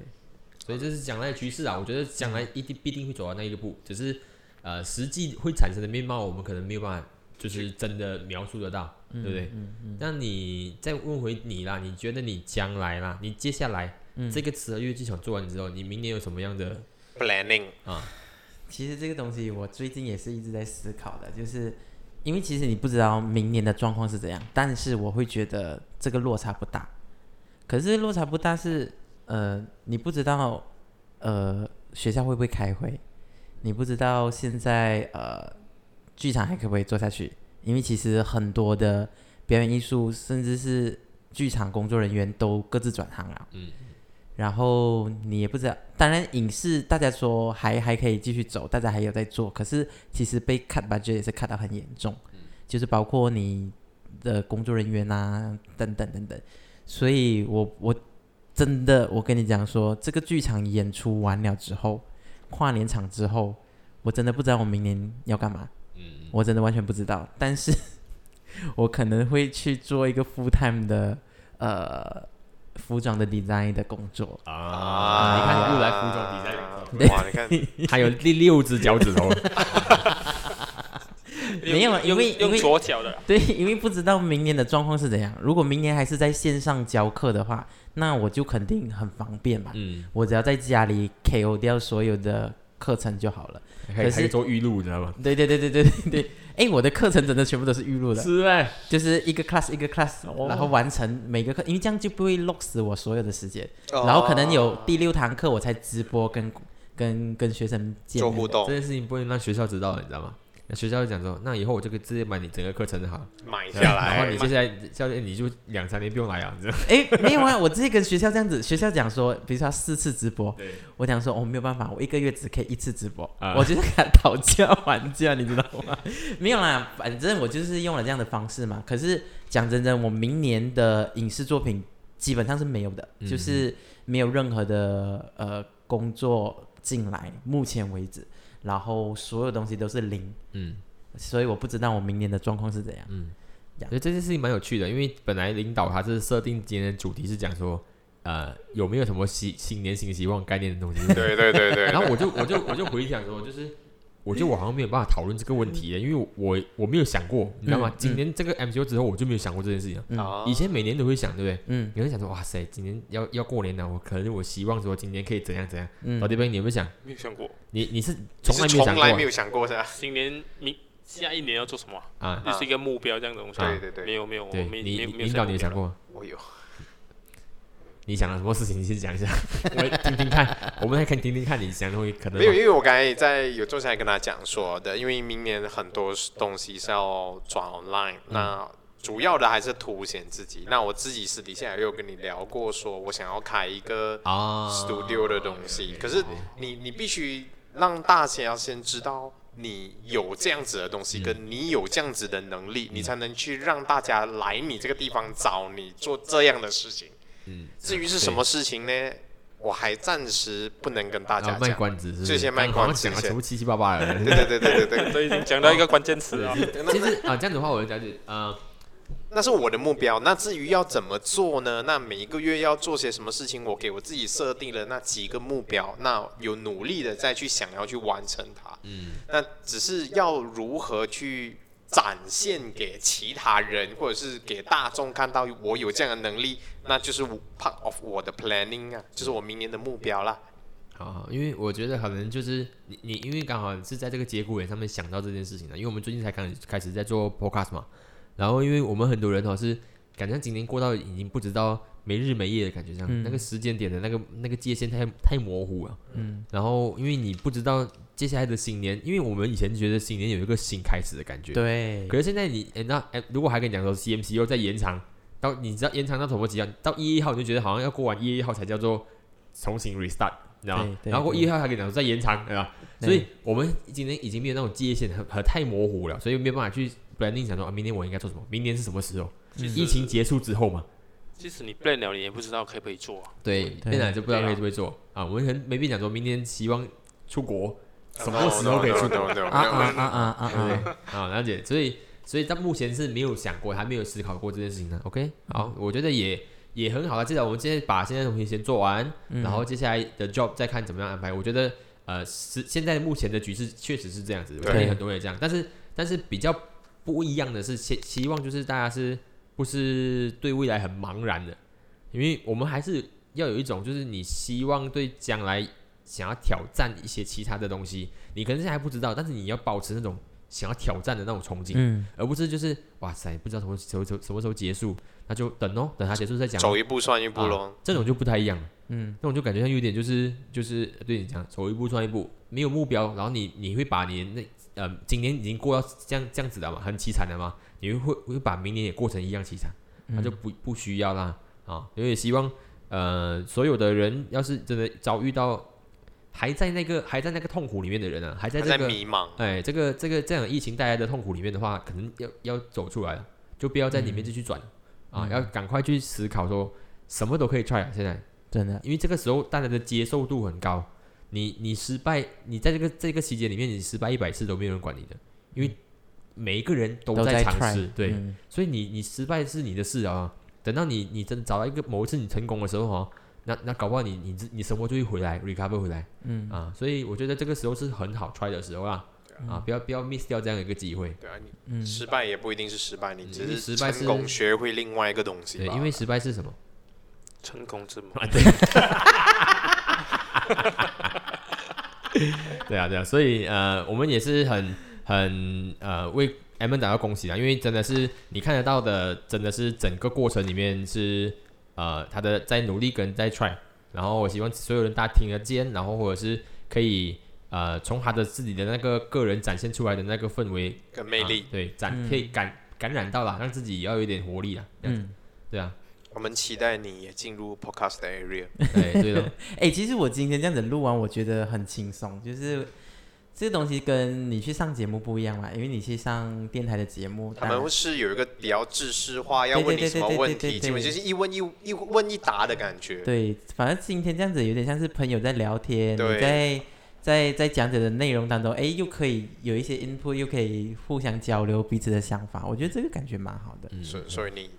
所以这是将来的趋势啊。我觉得将来一定必定会走到那一个步，只是呃实际会产生的面貌，我们可能没有办法就是嗯真的描述得到，对不对？那你再问回你啦，你觉得你将来啦，你接下来这个词和乐剧场做完之后，你明年有什么样的
planning
啊？
其实这个东西我最近也是一直在思考的，就是因为其实你不知道明年的状况是怎样，但是我会觉得这个落差不大。可是落差不大是呃，你不知道呃学校会不会开会，你不知道现在呃剧场还可不可以做下去，因为其实很多的表演艺术甚至是剧场工作人员都各自转行啊了。
嗯，
然后你也不知道，当然影视大家说还还可以继续走，大家还有在做，可是其实被 cut budget 也是 cut 到很严重，就是包括你的工作人员啊等等等等，所以我我真的我跟你讲说，这个剧场演出完了之后，跨年场之后，我真的不知道我明年要干嘛，
嗯，
我真的完全不知道，但是 我可能会去做一个 full time 的呃服装的 design 的工作。
啊，你看又来服装比赛了。
比赛，哇，你看
还有第六只脚趾 头，
没有啊因
用
为因
用
为
左脚的啦，
对，因为不知道明年的状况是怎样。如果明年还是在线上教课的话，那我就肯定很方便嘛。
嗯，
我只要在家里 KO 掉所有的课程就好了。
还
可
以
是
还可以做预录，你知道吗？
对对对对对对对。 哎，我的课程真的全部都是预录的，
是哎，
就是一个 class 一个 class，、
哦
然后完成每个课，因为这样就不会 lock 死我所有的时间。
哦
哦
然后可能有第六堂课我才直播跟跟跟学生见
做
面
互
的
这
动，
件事情不能让学校知道，你知道吗？那学校就讲说，那以后我就可以直接买你整个课程的好了，
买下
然后
来
你，接下来教练你就两三年不用来啊，你知道吗？
哎，没有啊，我直接跟学校这样子，学校讲说，比如说他四次直播，
对，
我讲说，我、哦没有办法，我一个月只可以一次直播，
啊
我就是跟他讨价还价，你知道吗？没有啦，反正我就是用了这样的方式嘛。可是讲真真，我明年的影视作品基本上是没有的，
嗯
就是没有任何的呃工作进来，目前为止，然后所有东西都是零，
嗯
所以我不知道我明年的状况是怎样。
嗯，
呀
所以这件事情蛮有趣的，因为本来领导他是设定今天的主题是讲说，呃，有没有什么新新年新希望概念的东西？
对对对 对，
然后我就我就我就回想说，就是我觉得我好像没有办法讨论这个问题的，因为我我没有想过，你知道吗？
嗯
今年这个 MCO 之后，我就没有想过这件事情了。
嗯
啊
以前每年都会想，对不对？
嗯
你会想说，哇塞，今年要要过年了，我可能我希望说今年可以怎样怎样。老
嗯，
弟兵，你有没有想？
没有想过
你你是
你
从来
是
没
从
有想
来没
过
有想过是吧？
今年明下一年要做什么啊，
啊？
就是一个目标这样的东西。
啊
对对
没
对，
有没有，我
对，
没没
你
有没有
领导你有想
过
过
目标？
吗？
我有，
你想了什么事情？你先讲 一下，我也听听看，我们来看听听看你想的东西可能
没有，因为我刚才在有坐下来跟他讲说的，因为明年很多东西是要转 online，那主要的还是凸显自己。那我自己私底下也有跟你聊过，说我想要开一个
啊
studio 的东西，可是
哎
你你必须让大家先知道你有这样子的东
嗯
西，跟你有这样子的能力，你才能去让大家来你这个地方找你做这样的事情。
嗯，
至于是什么事情呢？我还暂时不能跟大
啊
家
卖
讲。
关子是不是，
最先卖
刚好
关子
讲的
先
全部七七八八了。
对 对对对对对，
都已经讲到一个关键词 了。
其实啊，这样子的话，我就了解，呃，
那是我的目标。那至于要怎么做呢？那每一个月要做些什么事情，我给我自己设定了那几个目标，那有努力的再去想要去完成它。嗯，那只是要如何去展现给其他人，或者是给大众看到我有这样的能力，那就是 part of 我的 planning 啊，就是我明年的目标啦。
啊，因为我觉得可能就是你你，因为刚好是在这个节骨眼上面想到这件事情的，因为我们最近才开始开始在做 podcast 嘛，然后因为我们很多人哦是感觉今年过到已经不知道没日没夜的感觉，这样、那个时间点的那个那个界限太太模糊了，嗯，然后因为你不知道接下来的新年，因为我们以前觉得新年有一个新开始的感觉，
对，
可是现在你，哎、那哎、如果还跟你讲说 CMC 又在延长到，你知道延长到什么级啊？到一一号你就觉得好像要过完一一号才叫做重新 restart，你知道吗
对？对
然后过
对
一号还跟你讲说再延长，对吧？
对
所以我们今天已经没有那种界限，很很太模糊了，所以没有办法去 planning 想说啊，明年我应该做什么？明年是什么时候？
其实
疫情结束之后嘛，
即使你 plan 了，你也不知道可不可以做啊。
对，
对
那来就不知道
对啊
可以不会做啊。我们可能没必讲说明年希望出国，
啊
什么
No,
时候可以
no,
出
no,
国
no, no,
啊
no.
啊啊啊啊
对不
啊！
对？啊，了解。所以，所以到目前是没有想过，还没有思考过这件事情呢。OK，好，我觉得也也很好啊。至少我们现在把现在的东西先做完，然后接下来的 job 再看怎么样安排。我觉得，呃，是现在目前的局势确实是这样子，我
对
相信很多人也这样。但是，但是比较不一样的是，希希望就是大家是不是对未来很茫然的，因为我们还是要有一种就是你希望对将来。想要挑战一些其他的东西，你可能现在还不知道，但是你要保持那种想要挑战的那种憧憬，
嗯，
而不是就是哇塞，不知道什么时候什么时候结束，那就等哦，等它结束再讲哦。
走一步算一步咯。
这种就不太一样，嗯，那种就感觉像有点就是就是呃对你讲走一步算一步，没有目标，然后你你会把你那呃今年已经过到这样这样子了嘛，很凄惨的嘛，你会会把明年也过成一样凄惨，那就不不需要啦啊，因为希望呃所有的人要是真的遭遇到还在那个还在那个痛苦里面的人啊，还在
还
这
在
个
迷茫，
哎，这个这个这样疫情带来的痛苦里面的话，可能要要走出来了，就不要在里面继续转、啊，要赶快去思考说什么都可以 try 啊现在，
真的，
因为这个时候大家的接受度很高，你你失败，你在这个这个期间里面，你失败一百次都没有人管你的，因为每一个人都
都
在
在
尝
try，
试，对，
嗯
所以你你失败是你的事啊，等到你你真找到一个某一次你成功的时候哦，那那搞不好你你自你生活就会回来 recover 回来，嗯啊，所以我觉得这个时候是很好 try 的时候啦，啊，不要不要 miss 掉这样一个机会，
对啊，
嗯
你失败也不一定是失败，你
嗯
只
因为
是
失败是
成功学会另外一个东西
对，
吧。
因为失败是什么？
成功之
啊
母，
对啊，对啊，所以呃，我们也是很很呃为 M 打到恭喜啊，因为真的是你看得到的，真的是整个过程里面是呃他的在努力跟在 try，然后我希望所有人大家听得见，然后或者是可以呃从他的自己的那个个人展现出来的那个氛围
跟魅力
啊。对展可以感感染到啦，让自己要有一点活力啦，这样子，对啊，
我们期待你也进入 podcast 的 area。
对对的，
哎、其实我今天这样子录完，我觉得很轻松，就是这个东西跟你去上节目不一样嘛，因为你去上电台的节目，
他们是有一个比较制式化，要问你什么问
对对对对对
题，
对
基本就是一问一一问一答的感觉。
对，反正今天这样子有点像是朋友在聊天，
对
你在在在讲解的内容当中，哎，又可以有一些 input，又可以互相交流彼此的想法，我觉得这个感觉蛮好的。
嗯
所所以你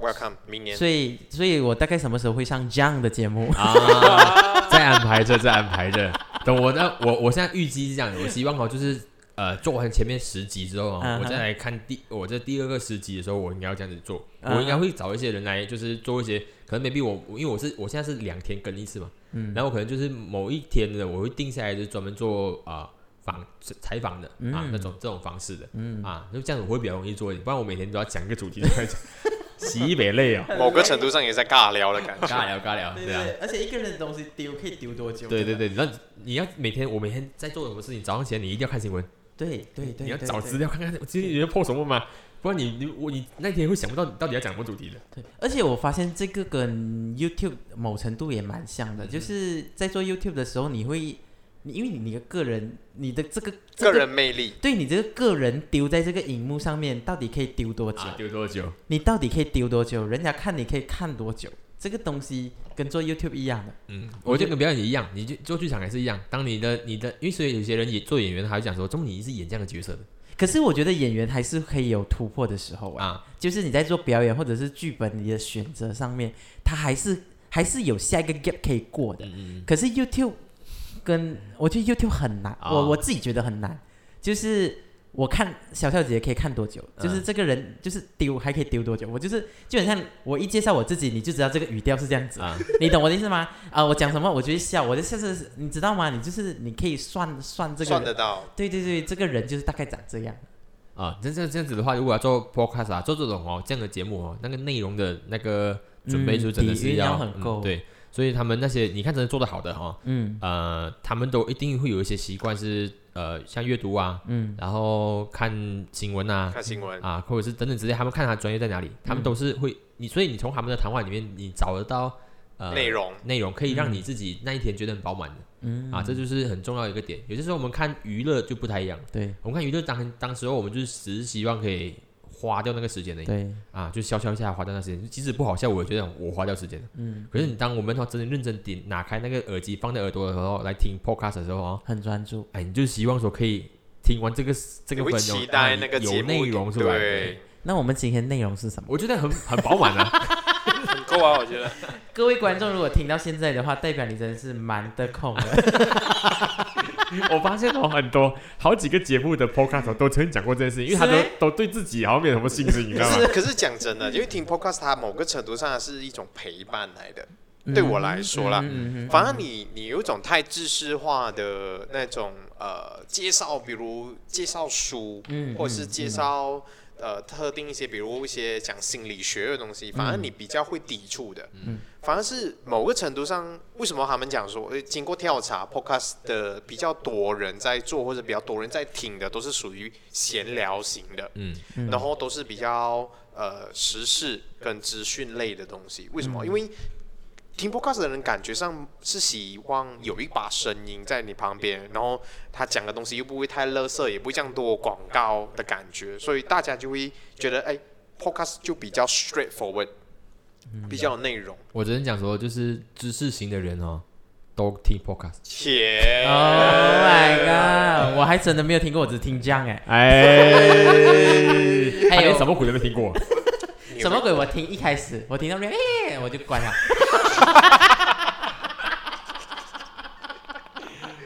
welcome 明年
所以，所以我大概什么时候会上这样的节目？
啊，在安排着，在安排着。等我那我我现在预计是这样的，我希望哦，就是呃做完前面十集之后哦，
嗯哼
我再来看第我这第二个十集的时候，我应该要这样子做，我应该会找一些人来，就是做一些可能 maybe 我因为我是我现在是两天更一次嘛，嗯，然后我可能就是某一天的我会定下来，就是专门做啊。访采访的啊，那种这种方式的，嗯啊，就这样我会比较容易做一点，不然我每天都要讲一个主题出来讲，西北累啊，
某个程度上也在尬聊的感觉。
尬聊尬聊，对啊，，
而且一个人的东西丢可以丢多久
对对对，那你要每天我每天在做什么事情，早上起来你一定要看新闻，
对对对，
你要
对
找
对
资料看看我今天有人破什么嘛，不然你你我你那天会想不到你到底要讲什么主题的。
对，而且我发现这个跟 YouTube 某程度也蛮像
嗯
的，就是在做 YouTube 的时候，你会，你因为你的个人，你的这个、 这
个人魅力，
对你这个个人丢在这个荧幕上面，到底可以丢多久？
啊，丢多久？
你到底可以丢多久？人家看你可以看多久？这个东西跟做 YouTube 一样的，
嗯，我觉得跟表演也一样，你就做剧场也是一样。当你的你的，因为所以有些人也做演员，他就讲说，怎么你是演这样的角色的
可是我觉得演员还是可以有突破的时候啊，
啊？
就是你在做表演或者是剧本你的选择上面，它还是还是有下一个 gap 可以过的。
嗯嗯
可是 YouTube 跟我觉得 YouTube 很难，
啊
我我自己觉得很难，就是。我看小小姐可以看多久，
嗯
就是这个人就是丢还可以丢多久，我就是就很像我一介绍我自己，你就知道这个语调是这 样子
嗯，啊，
你懂我的意思吗？啊、我讲什么，我就会笑。我的下次，你知道吗？你就是你可以算算这个
算
人
得到。
对对对，这个人就是大概长这样。
啊，这这这样子的话，如果要做 podcast 啊，做这种哦这样的节目哦，那个内容的那个准备
嗯
就真的
底
是
蕴
要,、
要很够
对，所以他们那些你看真的做的好的哦，
嗯
呃，他们都一定会有一些习惯是呃，像阅读啊，
嗯，
然后看新闻啊，
看新闻，
啊，或者是等等之类，他们看他专业在哪里，他们都是会你，所以你从他们的谈话里面，你找得到
啊
呃
内容
内容可以让你自己那一天觉得很饱满的，嗯啊，这就是很重要的一个点。有些时候我们看娱乐就不太一样，
对
我们看娱乐当当时候我们就是只是希望可以花掉那个时间的
对，
啊，就消消一下花掉那时间，即使不好笑，我也觉得我花掉时间了。嗯，可是你当我们哦真的认真点拿开那个耳机放在耳朵的时候来听 podcast 的时候哦，
很专注。
哎，你就希望说可以听完这个
你
这个
会
分钟，
期待
啊
那个
有
节目
内容出来。
对，
那我们今天内容是什么？
我觉得很很饱 满啊。
很够啊，我觉得。
各位观众如果听到现在的话，代表你真的是蛮得空 的。
我发现哦，很多好几个节目的 podcast 哦都曾经讲过这件事情，因为他
是咩
都都对自己好像没有什么信心，你知
可
道吗？
是可是讲真的，因为听 podcast 它某个程度上是一种陪伴来的，对我来说啦。
嗯嗯嗯
反而你你有一种太知识化的那种呃介绍，比如介绍书，
嗯
或者是介绍、呃特定一些，比如一些讲心理学的东西，反而你比较会抵触的。
嗯
反而是某个程度上，为什么他们讲说，呃，经过调查，podcast 的比较多人在做或者比较多人在听的，都是属于闲聊型的。
嗯，
嗯
然后都是比较呃时事跟资讯类的东西。为什
嗯
么？因为听 podcast 的人感觉上是希望有一把声音在你旁边，然后他讲的东西又不会太垃圾，也不会这样多广告的感觉，所以大家就会觉得，哎，podcast 就比较 straightforward，比
嗯
较有内容。
我只能讲说，就是知识型的人哦，都听 podcast。
天
Oh my god！我还真的没有听过，我只听这样哎。
哎，
还有
么鬼都没听过。
什么鬼？我听一开始，我听到哎，我就关了。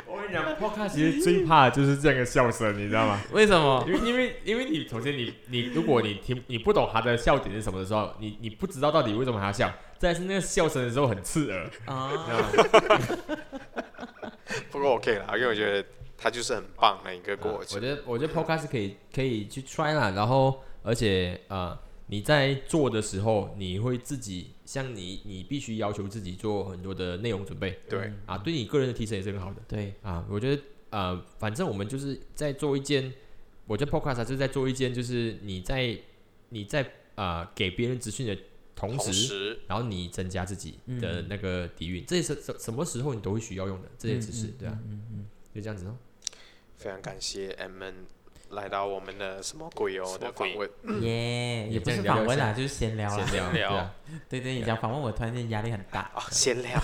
我跟你讲，podcast 其实最怕的就是这样的笑声，你知 道吗？
为什么？
因为因为因为你首先你你如果你听你不懂他的笑点是什么的时候，你你不知道到底为什么他笑，再来是那个笑声的时候很刺 耳，
啊，
哦
不过 OK 啦，因为我觉得它就是很棒的一个
啊
过
我
程。
觉得啊我觉得 podcast 可以可以去 try 啦，然后而且呃你在做的时候，你会自己像你你必须要求自己做很多的内容准备
对，
啊，对你个人的提升也是很好的
对，
啊。我觉得呃，反正我们就是在做一件，我觉得 podcast 啊就是在做一件，就是你在你在呃给别人资讯的同
同
时。
时
然后你增加自己的
嗯
那个底蕴，这些是什什么时候你都会需要用的这些知识，
嗯
对啊，就这样子哦。
非常感谢 M N 来到我们的什么鬼哦
什
的
么
访
鬼
问。
耶，也不
嗯
是
这样聊
访
一下
问啦，啊就是闲聊啦
闲。聊，对啊，
对对，你讲访问，我突然间压力很大。
啊，闲聊。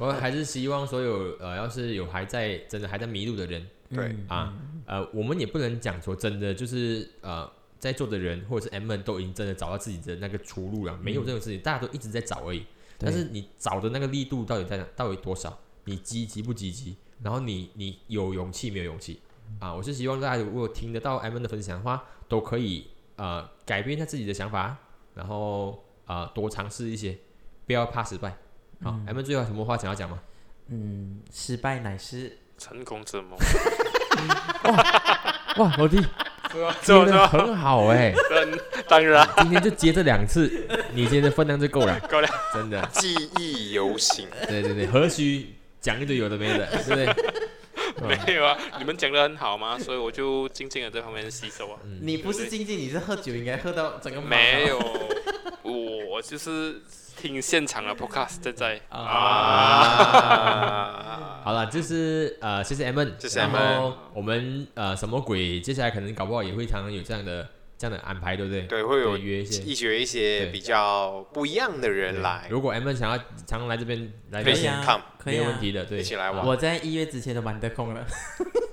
我还是希望所有呃，要是有还在真的还在迷路的人
对
嗯
啊，呃，我们也不能讲说真的就是呃，在座的人或者是 M 们都已经真的找到自己的那个出路了，
嗯
没有这种事情，大家都一直在找而已。但是你找的那个力度到底在哪？到底多少？你积极不积极？然后你你有勇气没有勇气？啊，我是希望大家如果听得到 M 们的分享的话，都可以呃改变一下自己的想法，然后啊、呃多尝试一些，不要怕失败。好、m 们最后有什么话想要讲吗？
嗯，失败乃是
成功之母，
哇，老弟，
是吧
真的很好哎、
当当然啊
今天就接这两次，你今天的分量就够了，
够了，
真的，
记忆犹新，
对对对，何须讲一堆有的没的，对不对？
没有啊，你们讲的很好嘛，所以我就静静的在旁边吸收
嗯
啊。
你不是静静，你是喝酒，应该喝到整个麻
没有，我就是听现场的 podcast 正在
啊
啊
啊，
好了，就是呃，谢谢 M，
谢谢
然
Edmund
后我们呃，什么鬼？接下来可能搞不好也会常常有这样的这样的安排，对不对？
对，会有
对约一些
一些一些
对
比较不一样的人来，
如果 M N 想要常来这边来
可
表
以
演，
啊看
可
没
以
有
啊
问题嗯的，对，
一起来玩
啊
我在一月之前都蛮得空了，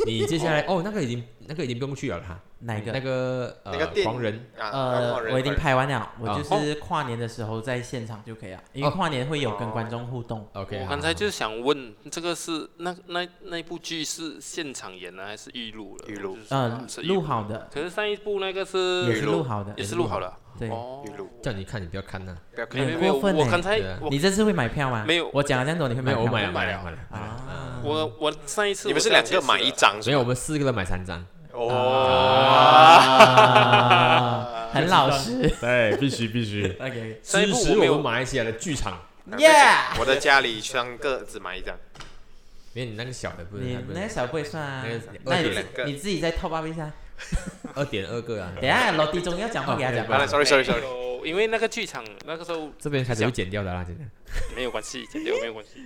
你接下来哦，那个已经那个已经不用去了哈，
哪一个
那？个
那个
呃
电
狂人
啊，
呃
狂，人
我已经
狂人
排完了，我
啊
哦
就是跨年的时候在现场就可以了，因为
哦
跨年会有跟观众互动。
，OK，
我
好
刚才
好
就是想问，这个是那那那部剧是现场演的还是预录了？
预录
就是啊
呃
是，预
录好的
可是上一部那个
也
是
是录好的，
也是录好了。
对。
哦
预录
叫你看你不要看呐，
不要看
没有
很
没有，
过分
我
欸
刚才
对啊
我
你这次会买票吗？
没有
我讲了这样多，你会
没
买
有
票
我
吗？
买了买
买了
了买了，
啊，
我我上一次
你们
我
是
这
两
样
个
解释
买
了
一张是
所以我
吗？
们四个人买三张，
哦，
啊 很老实。
对，必须必须
OK，
上一
支
部
持
我没
我
有
们马来西亚的剧场，
Yeah，
我在家里上个只买一张，
因为你那个小的不
你
能，
那个小不会算啊
那个，
那你
二点
自
两个
你自己再 top up 一下。
二点二个啊，
等一下老弟总要讲话给他讲
完
吧
了。，sorry sorry
没
sorry，
有因为那个剧场那个时候
这边开始会剪掉的啦，今天
没有关系，剪掉没有关系。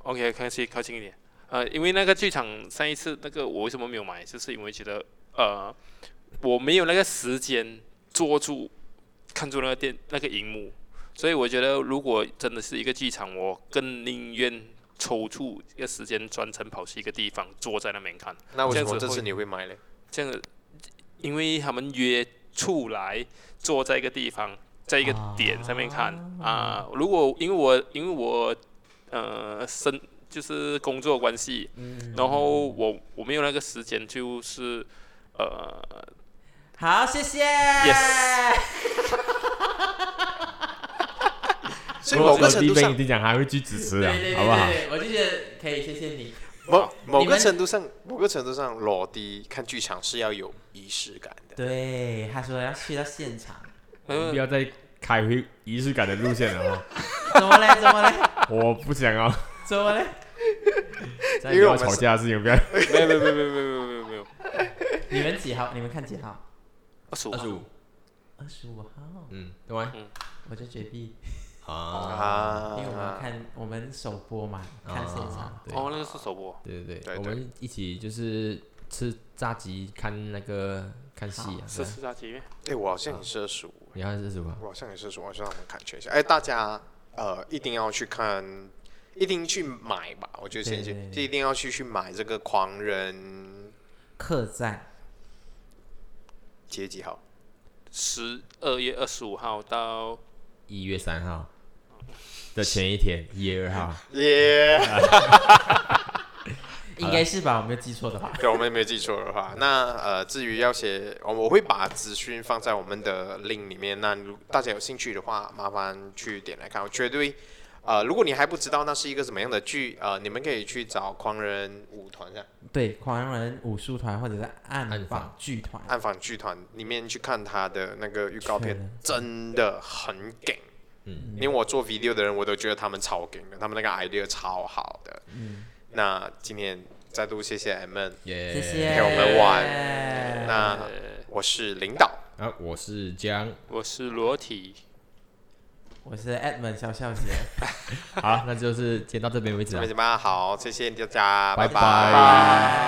OK，靠近靠近一点。呃，因为那个剧场上一次那个我为什么没有买，就是因为觉得呃我没有那个时间坐住看住那个电那个荧幕，所以我觉得如果真的是一个剧场，我更宁愿抽出一个时间专程跑去一个地方坐在那边看。
那为什
这
么
样子
这
会
次你会买嘞？
这样，因为他们约出来坐在一个地方，在一个点上面看啊、如果因为我因为我呃生就是工作关系，然后我我没有那个时间，就是呃
好，谢谢。
Yes
所以某个
地
程度
边已
上，
经讲还会去支持
对
啊
对对，
好不好？
对，我就觉得可以，谢谢你。
某某
你
个
们
程度上，某个程度上，裸迪看剧场是要有仪式感的。
对，他说要去到现场，
呃
不要再开回仪式感的路线了
怎 么嘞？怎么嘞？
哦，我不想啊，
怎么嘞？
不
因为我
要
们
吵
是
架的事情不要。
没有没有没有没有没有没有没有
你们几号？你们看几号？
二十五
二十五，
二十五号，
嗯，对吗？
我就决定，
啊，
因为我们要
啊，
看我们首播嘛，看现场。
对
哦，那个是首播，
对对对，
对
我
对
们一起就是吃炸鸡，看那个看戏啊。
是四大剧院，
哎，我好像也是二十五，
你看是什么？
我好像也是说，我让我们看一下。哎，大家呃一定要去看，一定去买吧。我觉得先
对对
去，
对
就一定要去去买这个《狂人
客栈
阶级号
十二月二十五号到
一月三号的前一天，一月二号。》
耶。
应该是吧？我没有记错的话。
对，我们也没有记错的话，那呃，至于要写，我我会把资讯放在我们的 link 里面。那如大家有兴趣的话，麻烦去点来看。我绝对，呃，如果你还不知道那是一个什么样的剧，呃，你们可以去找狂人舞团啊，
对，狂人武术团或者是暗
暗
访
访
剧团，
暗访剧团里面去看他的那个预告
是的
片，真的很梗。
嗯，
连我做 video 的人，我都觉得他们超梗的，他们那个 idea 超好的。那今天再度谢谢 M N，
耶
嗯谢谢。
陪我们
玩
哎
那我是领导，
啊，我是江。
我是裸体，
我是 Edmund 小笑姐。
好，那就是先到这边为止
这
啊
边。怎么样？好，谢谢大家，
拜
拜
拜
拜
拜。